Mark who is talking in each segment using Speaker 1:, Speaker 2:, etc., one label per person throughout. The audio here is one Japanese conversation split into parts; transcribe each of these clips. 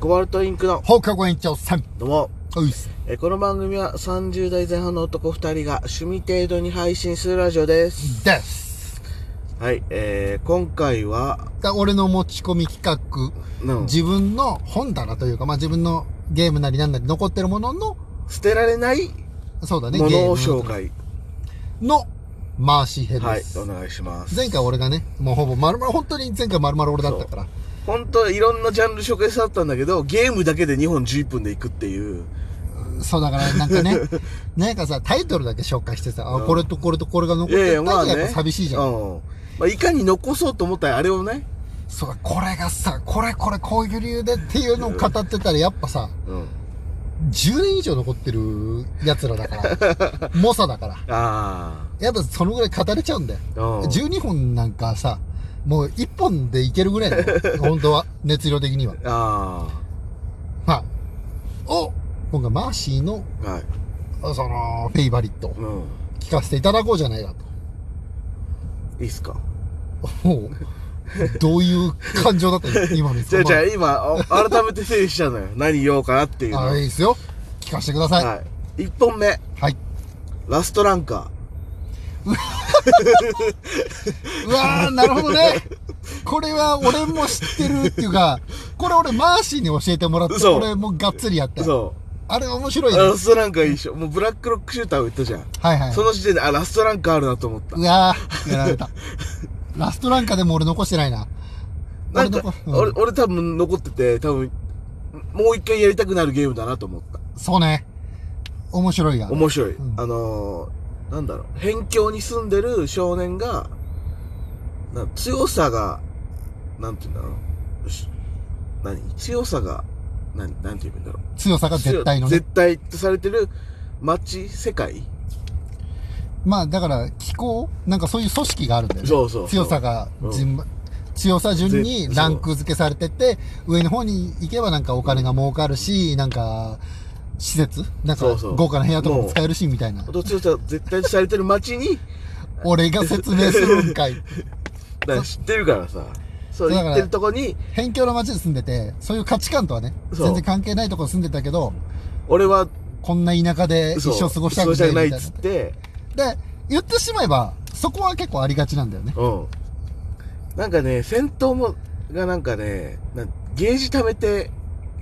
Speaker 1: コバルトインクの
Speaker 2: 放課後延長戦。
Speaker 1: どうも
Speaker 2: ういっす。
Speaker 1: えーこの番組は30代前半の男2人が趣味程度に配信するラジオです、
Speaker 2: です。
Speaker 1: はいえー、今回は
Speaker 2: だ俺の持ち込み企
Speaker 1: う
Speaker 2: 画、
Speaker 1: ん
Speaker 2: 自分の本棚というか、まあ自分のゲームなりなんなり残ってるものの、
Speaker 1: 捨てられない
Speaker 2: そうだね、
Speaker 1: ものを
Speaker 2: ゲーム
Speaker 1: 紹介
Speaker 2: の回し編
Speaker 1: は
Speaker 2: で
Speaker 1: い
Speaker 2: す。
Speaker 1: お願いします
Speaker 2: 前回俺がね、もうほぼ丸々、本当に前回丸々俺だったから。
Speaker 1: 本当いろんなジャンル紹介されたんだけどゲームだけで2本11分でいくっていう
Speaker 2: そうだからなんか ね、なんかさ、タイトルだけ紹介してさ、あ
Speaker 1: うん
Speaker 2: これとこれとこれが残ってたらやっぱ寂しいじゃん。
Speaker 1: うんまあ、いかに残そうと思ったらあれをね、
Speaker 2: そうだ、これがさ、これこれこういう理由でっていうのを語ってたらやっぱさ、
Speaker 1: うん、
Speaker 2: 10年以上残ってる奴らだ から、猛者だから。
Speaker 1: あ
Speaker 2: やっぱそのぐらい語れちゃうんだよ。
Speaker 1: あうん
Speaker 2: 12本なんかさ、もう1本でいけるぐらいだ よ。本当は、熱量的には。
Speaker 1: あ
Speaker 2: まあ、を、今回マーシーの、
Speaker 1: あはい
Speaker 2: その、フェイバリットを
Speaker 1: うん
Speaker 2: 聞かせていただこうじゃないか
Speaker 1: いいっすか
Speaker 2: と。もう、どういう感情だったの今の
Speaker 1: じゃあ じゃあ今お改めて整理したのよ何言おうかなっていうの
Speaker 2: あ、いいですよ。聞かせてください。はい。
Speaker 1: はい、1本目ラストランカ
Speaker 2: うわー、なるほどね。これは俺も知ってるっていうか、これ俺マーシーに教えてもらって、
Speaker 1: そう
Speaker 2: これもうがっつりやった
Speaker 1: ーそ
Speaker 2: よ。あれ面白いうね。
Speaker 1: ラストランカーいいでしょもうブラックロックシューターを言ったじゃん、
Speaker 2: はいはい。
Speaker 1: その時点であラストランカーあるなと思った
Speaker 2: うわー、やられた。ラストランカでも俺残してないな。
Speaker 1: なんか
Speaker 2: 俺残うん
Speaker 1: 俺俺多分残ってて多分もう一回やりたくなるゲームだなと思った
Speaker 2: そうね。面白いや。
Speaker 1: 面白い、
Speaker 2: うん
Speaker 1: あのー、なんだろう辺境に住んでる少年がな強さがなんて言うんだろうし何強さが何なんて言うんだろう
Speaker 2: 強さが絶対の
Speaker 1: 強
Speaker 2: ね
Speaker 1: 絶。対とされてる街世界
Speaker 2: まあだから、気候なんかそういう組織があるんだよね。
Speaker 1: そうそうそう
Speaker 2: 強さが順番、強さ順にランク付けされてて、上の方に行けばなんかお金が儲かるし、なんか、施設なんか
Speaker 1: そうそう
Speaker 2: 豪華な部屋とかも使えるし、みたいな。
Speaker 1: ど強さ絶対とされてる街 に
Speaker 2: 俺が説明するん かい。
Speaker 1: だから知ってるからさそう
Speaker 2: だから
Speaker 1: 言ってるとこに
Speaker 2: 辺境の街で住んでて、そういう価値観とはね、
Speaker 1: そう
Speaker 2: 全然関係ないところ住んでたけど、
Speaker 1: 俺は
Speaker 2: こんな田舎で一
Speaker 1: そう
Speaker 2: 生過ごしたく
Speaker 1: 過
Speaker 2: ない
Speaker 1: ご
Speaker 2: み
Speaker 1: したた
Speaker 2: い
Speaker 1: くな
Speaker 2: ない
Speaker 1: っ。つって
Speaker 2: で、言ってしまえば、そこは結構ありがちなんだよね。
Speaker 1: うんなんかね戦闘もがなんかねなんゲージ貯めて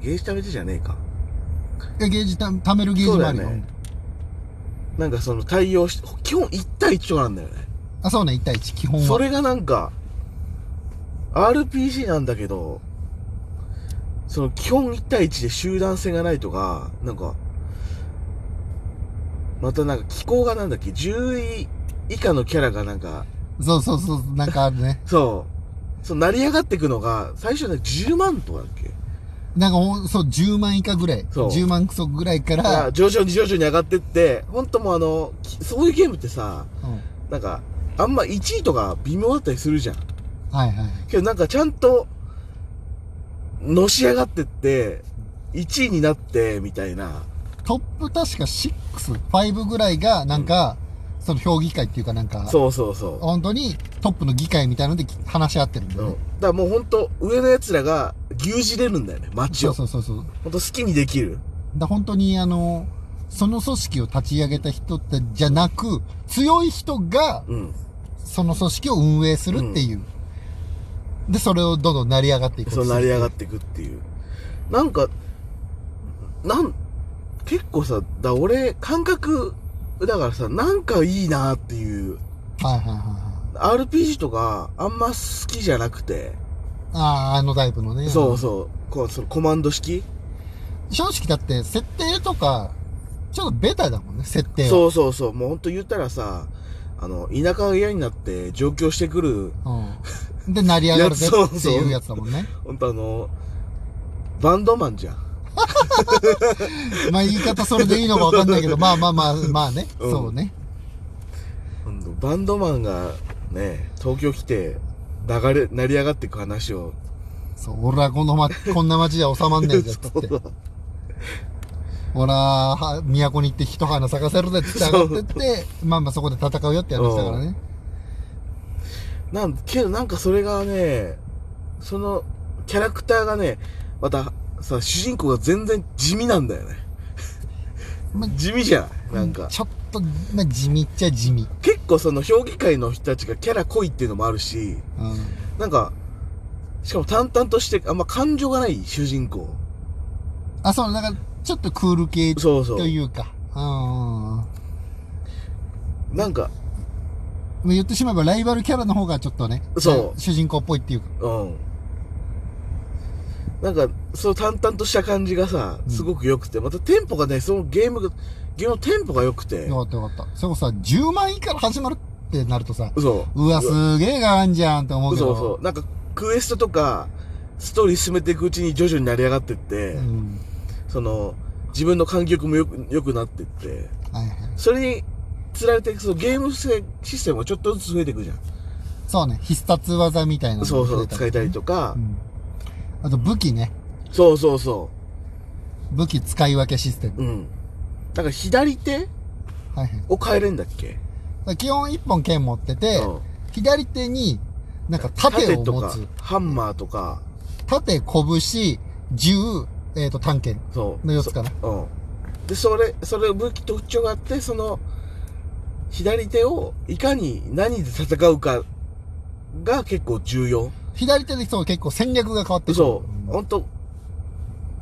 Speaker 1: ゲージ貯めてじゃねえか
Speaker 2: でゲージた、貯めるゲージもあるよ。
Speaker 1: そうだよねなんかその対応し基本1対1とかなんだよね
Speaker 2: あ、そうね、1対1、基本は。
Speaker 1: それがなんか RPG なんだけどその基本1対1で集団性がないとかなんかまたなんか気候がなんだっけ10位以下のキャラがなんか
Speaker 2: そうそうそう、なんかあるね。
Speaker 1: そうそう成り上がっていくのが最初ね10万とかだっけ
Speaker 2: なんかほん、そう、10万以下ぐらい。
Speaker 1: そう
Speaker 2: 10万クソぐらいか、
Speaker 1: だからら徐々に徐々に上がってって本当もうあのきそういうゲームってさ
Speaker 2: うん
Speaker 1: なんかあんま1位とか微妙だったりするじゃん
Speaker 2: はいはい。
Speaker 1: けどなんかちゃんと、のし上がってって、1位になって、みたいな。
Speaker 2: トップ確か6、5ぐらいが、なんか、その評議会っていうかなんか、
Speaker 1: そうそうそ
Speaker 2: 本当にトップの議会みたいのでき話し合ってるん
Speaker 1: う。う
Speaker 2: だ
Speaker 1: ん。
Speaker 2: よ
Speaker 1: だ
Speaker 2: ね
Speaker 1: か。らもうほんと、上の奴らが牛耳れるんだよね、街
Speaker 2: そ
Speaker 1: を。
Speaker 2: う
Speaker 1: ほ
Speaker 2: そ
Speaker 1: ん
Speaker 2: うそうそう。
Speaker 1: と好きにできる。
Speaker 2: だ本当にあの、その組織を立ち上げた人ってじゃなく、強い人が
Speaker 1: うん。
Speaker 2: その組織を運営するっていう。で、それをどんどん成り上がっていく。
Speaker 1: そう成り上がっていくっていう。なんか、なん、結構さ、だ俺、感覚、だからさ、なんかいいなっていう、
Speaker 2: はいはいはいはい。
Speaker 1: RPG とか、あんま好きじゃなくて、
Speaker 2: ああ、あのタイプのね。
Speaker 1: そうそう、こう、そのコマンド式
Speaker 2: 正直だって設定とかちょっとベタだもんね設定は
Speaker 1: そうそうそう、もうほんと言ったらさ、あの、田舎が嫌になって上京してくる、
Speaker 2: う、ん、で成り上がるぜ
Speaker 1: いやそうそう
Speaker 2: っていうやつだもんね
Speaker 1: ほんとあの、バンドマンじゃん。
Speaker 2: まあ言い方それでいいのか分かんないけどまあまあまあまあね、
Speaker 1: うん
Speaker 2: そうね
Speaker 1: ほんとバンドマンがね、東京来て、流れ、成り上がっていく話を。
Speaker 2: そう俺はこの、ま、こんな街じゃ収まんねえぜっ つって
Speaker 1: そう
Speaker 2: 俺はは都に行って一花咲かせるぜっつって上がってってまあまあそこで戦うよって話だからね
Speaker 1: なん、けどなんかそれがね、その、キャラクターがね、また、さ、主人公が全然地味なんだよね。
Speaker 2: まあ
Speaker 1: 地味じゃないなんか。
Speaker 2: ちょっと、まあ、地味っちゃ地味。
Speaker 1: 結構その評議会の人たちがキャラ濃いっていうのもあるし、
Speaker 2: うん。
Speaker 1: なんか、しかも淡々として、あんま感情がない主人公。
Speaker 2: あ、そう、なんか、ちょっとクール系と
Speaker 1: そうそう。
Speaker 2: いうか。うん。
Speaker 1: なんか、
Speaker 2: まあ言ってしまえばライバルキャラの方がちょっとね、
Speaker 1: そう
Speaker 2: 主人公っぽいっていうか。
Speaker 1: うん。なんか、その淡々とした感じがさ、
Speaker 2: うん
Speaker 1: すごく良くて、またテンポがね、そのゲームが、ゲームのテンポが良くて
Speaker 2: よ、かったよかった。それこそさ、10万位から始まるってなるとさ、
Speaker 1: そう
Speaker 2: わ、すげえがあんじゃんって思う
Speaker 1: う
Speaker 2: け
Speaker 1: そ
Speaker 2: ど。
Speaker 1: うそう。なんか、クエストとか、ストーリー進めていくうちに徐々に成り上がってって、
Speaker 2: うん。
Speaker 1: その、自分の環境もよく、良くなってって、
Speaker 2: はいはい。
Speaker 1: それに、つられて、そのゲーム性システムがちょっとずつ増えていくじゃん。
Speaker 2: そうね、必殺技みたいなのが
Speaker 1: そうそ
Speaker 2: 増え
Speaker 1: う、
Speaker 2: た
Speaker 1: 使いたりとか
Speaker 2: う、ん。あと武器ね。
Speaker 1: そうそうそ
Speaker 2: 武器使い分けシステム。
Speaker 1: う。うん。なんか、左手
Speaker 2: はいはい。だか
Speaker 1: を変えれんだっけ
Speaker 2: ら基本一本剣持ってて、
Speaker 1: うん
Speaker 2: 左手に、なんか盾を
Speaker 1: と
Speaker 2: 持
Speaker 1: か
Speaker 2: つ。、
Speaker 1: ハンマーとか、
Speaker 2: 盾、拳、銃、えっ、と、単剣
Speaker 1: そう。
Speaker 2: の4つかな。
Speaker 1: うん。で、それ、それ武器特徴があって、その、左手をいかに何で戦うかが結構重要。
Speaker 2: 左手でそう結構戦略が変わってくる。
Speaker 1: そう。
Speaker 2: ん
Speaker 1: ほんと、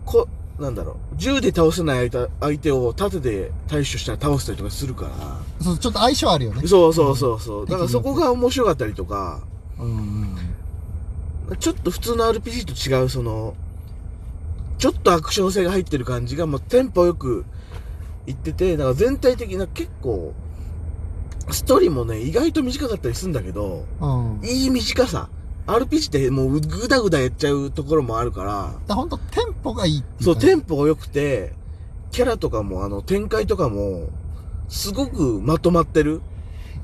Speaker 1: こ、なんだろう。銃で倒せない相手相手を盾で対処したら倒したりとかするか
Speaker 2: そう、ちょっと相性あるよね
Speaker 1: ら。。そうそうそうそう。だから
Speaker 2: 敵に
Speaker 1: そ
Speaker 2: よって
Speaker 1: こが面白かったりとか、
Speaker 2: うん。
Speaker 1: ちょっと普通の RPG と違う、その、ちょっとアクション性が入ってる感じが、まあ、テンポよくいってて、なんか全体的な結構、ストーリーもね、意外と短かったりするんだけど、
Speaker 2: うん。
Speaker 1: いい短さ。RPG ってもうグダグダやっちゃうところもあるから、
Speaker 2: だ本当テンポがいいってい
Speaker 1: そうう、
Speaker 2: か
Speaker 1: テンポが良くて、キャラとかも、あの、展開とかも、すごくまとまってる。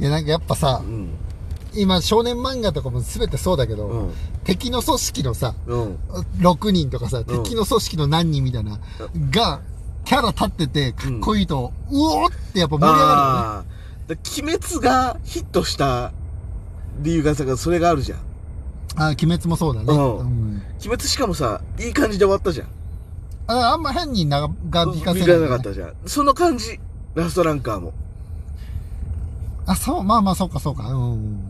Speaker 2: いや、なんかやっぱさ
Speaker 1: う、ん。
Speaker 2: 今少年漫画とかも全てそうだけど、
Speaker 1: うん。
Speaker 2: 敵の組織のさ、
Speaker 1: うん。
Speaker 2: 6人とかさ、敵の組織の何人みたいな、が、キャラ立ってて、かっこいいと、うおーってやっぱ盛り上が
Speaker 1: ああーで鬼滅がヒットした理由がさ、それがあるじゃん。
Speaker 2: るよね。あ、鬼滅もそうだね。
Speaker 1: うん
Speaker 2: うん。
Speaker 1: 鬼滅しかもさ、いい感じで終わったじゃん。
Speaker 2: ああんま変に長が引かせ
Speaker 1: 見
Speaker 2: ない、
Speaker 1: かなかったじゃん。その感じ、ラストランカーも。
Speaker 2: あ、そう、まあまあ、そうかそうか。うん。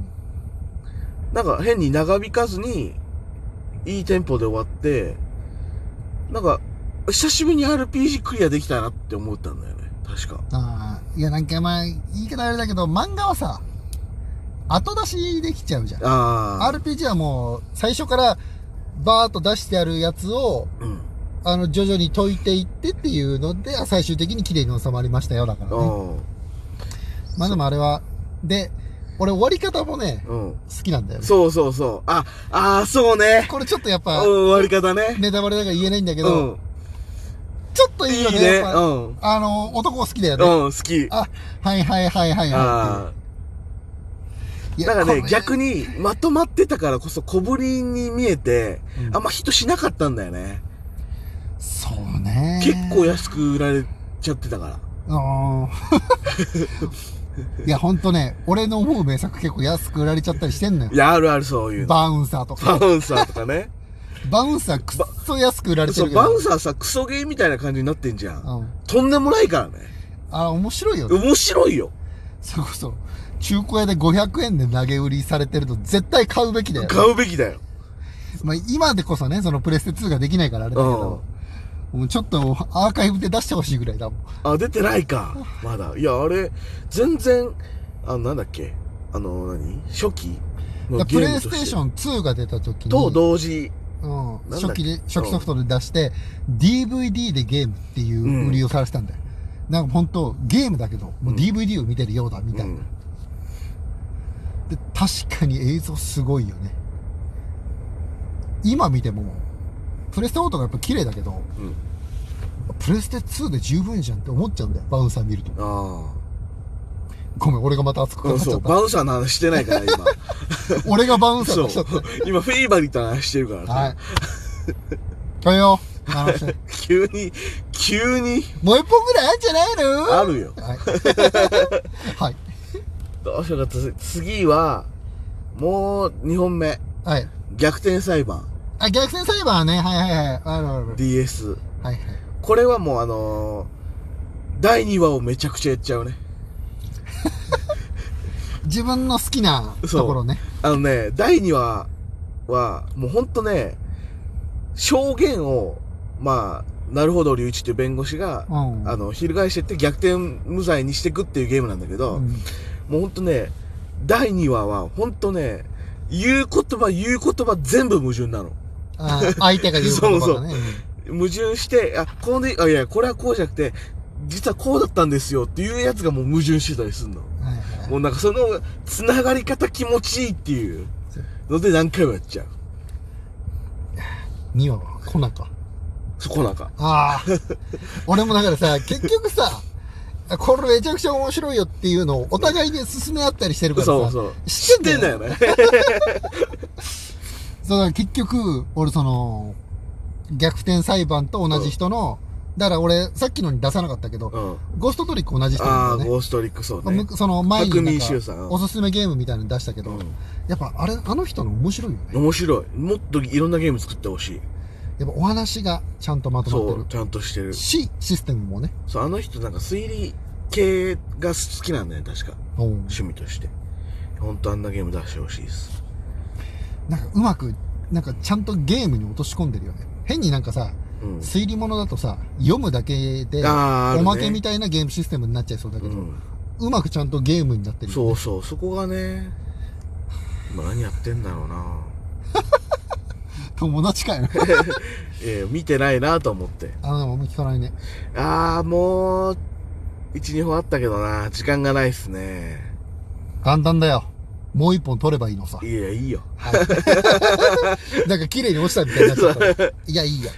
Speaker 1: なんか変に長引かずに、いいテンポで終わって、なんか、久しぶりに RPG クリアできたなって思ったんだよね。確か。
Speaker 2: ああ、いや、なんかまあ、言い方あれだけど、漫画はさ、後出しできちゃうじゃん。
Speaker 1: ああ。
Speaker 2: RPG はもう、最初から、バーッと出してあるやつを、
Speaker 1: うん。
Speaker 2: あの、徐々に解いていってっていうので、最終的に綺麗に収まりましたよ、だからね。まあでもあれは、で、俺終わり方もね、
Speaker 1: うん。うん。
Speaker 2: 好きなんだよね。
Speaker 1: そうそうそう。あ、ああ、そうね。
Speaker 2: これちょっとやっ
Speaker 1: うん
Speaker 2: ぱ、、
Speaker 1: 終わり方ね。
Speaker 2: ネタバレだから言えないんだけ
Speaker 1: う
Speaker 2: ど、
Speaker 1: ん。
Speaker 2: ちょっといいよ
Speaker 1: いい
Speaker 2: ね、
Speaker 1: ね。
Speaker 2: やっ
Speaker 1: う
Speaker 2: ぱ
Speaker 1: ん。うん、
Speaker 2: あの、男好きだよね。
Speaker 1: 好き。
Speaker 2: あ、はいはいはいはいは
Speaker 1: あ
Speaker 2: い。い
Speaker 1: あ。
Speaker 2: や
Speaker 1: だからね、逆
Speaker 2: に、
Speaker 1: に、まとまってたからこそ小ぶりに見えて、
Speaker 2: うん
Speaker 1: あんまヒットしなかったんだよね。
Speaker 2: そうね。
Speaker 1: 結構安く売られちゃってたから。
Speaker 2: あー いや、ほんとね、俺の思う名作結構安く売られちゃったりしてんのよ
Speaker 1: い。や、あるあるそういうの。
Speaker 2: バウンサーとか。
Speaker 1: バウンサーとかね。
Speaker 2: バウンサーくっそ安く売られて
Speaker 1: そう、
Speaker 2: るけど。
Speaker 1: バウンサーさ、クソゲーみたいな感じになってんじゃん。
Speaker 2: うん。
Speaker 1: とんでもないからね。
Speaker 2: あ、面白いよね。
Speaker 1: 面白いよ。
Speaker 2: それこそ、中古屋で500円で投げ売りされてると絶対買うべきだよ。
Speaker 1: 買うべきだよ。
Speaker 2: まあ、今でこそね、そのプレステ2ができないからあれだけど、もうちょっとアーカイブで出してほしいぐらいだもん。
Speaker 1: あ、出てないか。まだ。いや、あれ、全然、あなんだっけ。あの、何初期の
Speaker 2: プ
Speaker 1: ゲー
Speaker 2: レイ
Speaker 1: ム
Speaker 2: ス
Speaker 1: と
Speaker 2: テーシ
Speaker 1: して
Speaker 2: ョ。ン2が出た時に、
Speaker 1: と同時。
Speaker 2: うん、
Speaker 1: だっけ
Speaker 2: 初期で、初期ソフトで出して、DVD でゲームっていう売りをされてたんだよ。なんか本当ゲームだけど、もう DVD を見てるようだ、み
Speaker 1: う
Speaker 2: たいな、
Speaker 1: ん。
Speaker 2: で、確かに映像すごいよね。今見ても、プレステ4とかやっぱ綺麗だけど、
Speaker 1: うん
Speaker 2: プレステ2で十分じゃんって思っちゃうんだよ、バウンサー見ると。
Speaker 1: あ
Speaker 2: ごめん、俺がまた熱く
Speaker 1: あ。
Speaker 2: 語っち
Speaker 1: そ
Speaker 2: ゃっ
Speaker 1: う、
Speaker 2: た。
Speaker 1: バウンサーの話してないから、今。
Speaker 2: 俺がバウンサー
Speaker 1: そう
Speaker 2: としちゃっ。
Speaker 1: 今、フェイバリットの話してるから
Speaker 2: た。
Speaker 1: ね
Speaker 2: はい。これよ、あの人
Speaker 1: 急に、急に、
Speaker 2: もう一本ぐらいあるんじゃないの
Speaker 1: あるよ。
Speaker 2: はい。はい。
Speaker 1: どうしようかと。次は、もう2本目。
Speaker 2: はい。
Speaker 1: 逆転裁判。
Speaker 2: あ、逆転裁判ね。はいはいはい。あるあるある。
Speaker 1: DS
Speaker 2: はいはい。
Speaker 1: これはもうあのー第2話をめちゃくちゃやっちゃうね
Speaker 2: 自分の好きなところね。
Speaker 1: あのね第2話はもうほんとね証言をまあなるほど隆一っていう弁護士が、
Speaker 2: うん
Speaker 1: あの翻してって逆転無罪にしていくっていうゲームなんだけど、
Speaker 2: うん
Speaker 1: もうほんとね第2話はほんとね言う言葉言う言葉全部矛盾なの
Speaker 2: あ相手が言うことだね。
Speaker 1: 矛盾して、あ、こので、あ、いや、これはこうじゃなくて、実はこうだったんですよっていうやつがもう矛盾してたりするの。
Speaker 2: うんはいはい
Speaker 1: もうなんかその、つながり方気持ちいいっていうので何回もやっちゃう。
Speaker 2: 2話は来なか。
Speaker 1: そこなんか。
Speaker 2: ああ。俺もだか らさ、結局さ、これめちゃくちゃ面白いよっていうのをお互いで進め合ったりしてるからさ。
Speaker 1: そうそう。知
Speaker 2: 知っ
Speaker 1: ってて
Speaker 2: ん
Speaker 1: ん
Speaker 2: だ
Speaker 1: だ
Speaker 2: よ
Speaker 1: よね。
Speaker 2: そうだから結局、俺その、逆転裁判と同じ人の、だから俺、さっきのに出さなかったけど、
Speaker 1: うん。
Speaker 2: ゴーストトリック同じ人な
Speaker 1: あ
Speaker 2: ん
Speaker 1: あ、
Speaker 2: だよね。
Speaker 1: ゴーストリックそうね
Speaker 2: む。その前になん
Speaker 1: 匠柊さん
Speaker 2: かおすすめゲームみたいなの出したけど、
Speaker 1: うん
Speaker 2: やっぱあれ、あの人の面白いよね。
Speaker 1: 面白い。もっといろんなゲーム作ってほしい。
Speaker 2: やっぱお話がちゃんとまとま
Speaker 1: そ
Speaker 2: って
Speaker 1: う、
Speaker 2: る。
Speaker 1: ちゃんとしてる。
Speaker 2: し、システムもね。
Speaker 1: そう、あの人なんか推理系が好きなんだよね、確か。
Speaker 2: うん
Speaker 1: 趣味として。ほんとあんなゲーム出してほしいです。
Speaker 2: なんかうまく、なんかちゃんとゲームに落とし込んでるよね。変になんかさ、
Speaker 1: うん。
Speaker 2: 推理物だとさ、読むだけで、
Speaker 1: あーある
Speaker 2: お
Speaker 1: ね
Speaker 2: まけみたいなゲームシステムになっちゃいそうだけ
Speaker 1: う。
Speaker 2: ど、うんまくちゃんとゲームになってるよね、
Speaker 1: そうそう、そこがね、今何やってんだろうな。
Speaker 2: 友達かよ。
Speaker 1: えー見てないなと思って。
Speaker 2: あの、もう聞かないね。
Speaker 1: あー、もう、1、2本あったけどな、時間がないっすね。
Speaker 2: 簡単だよ。もう一本取ればいいのさ
Speaker 1: い。や、いいよ。
Speaker 2: はいなんか綺麗に落ちたみたいになっちゃった。いや、いいや。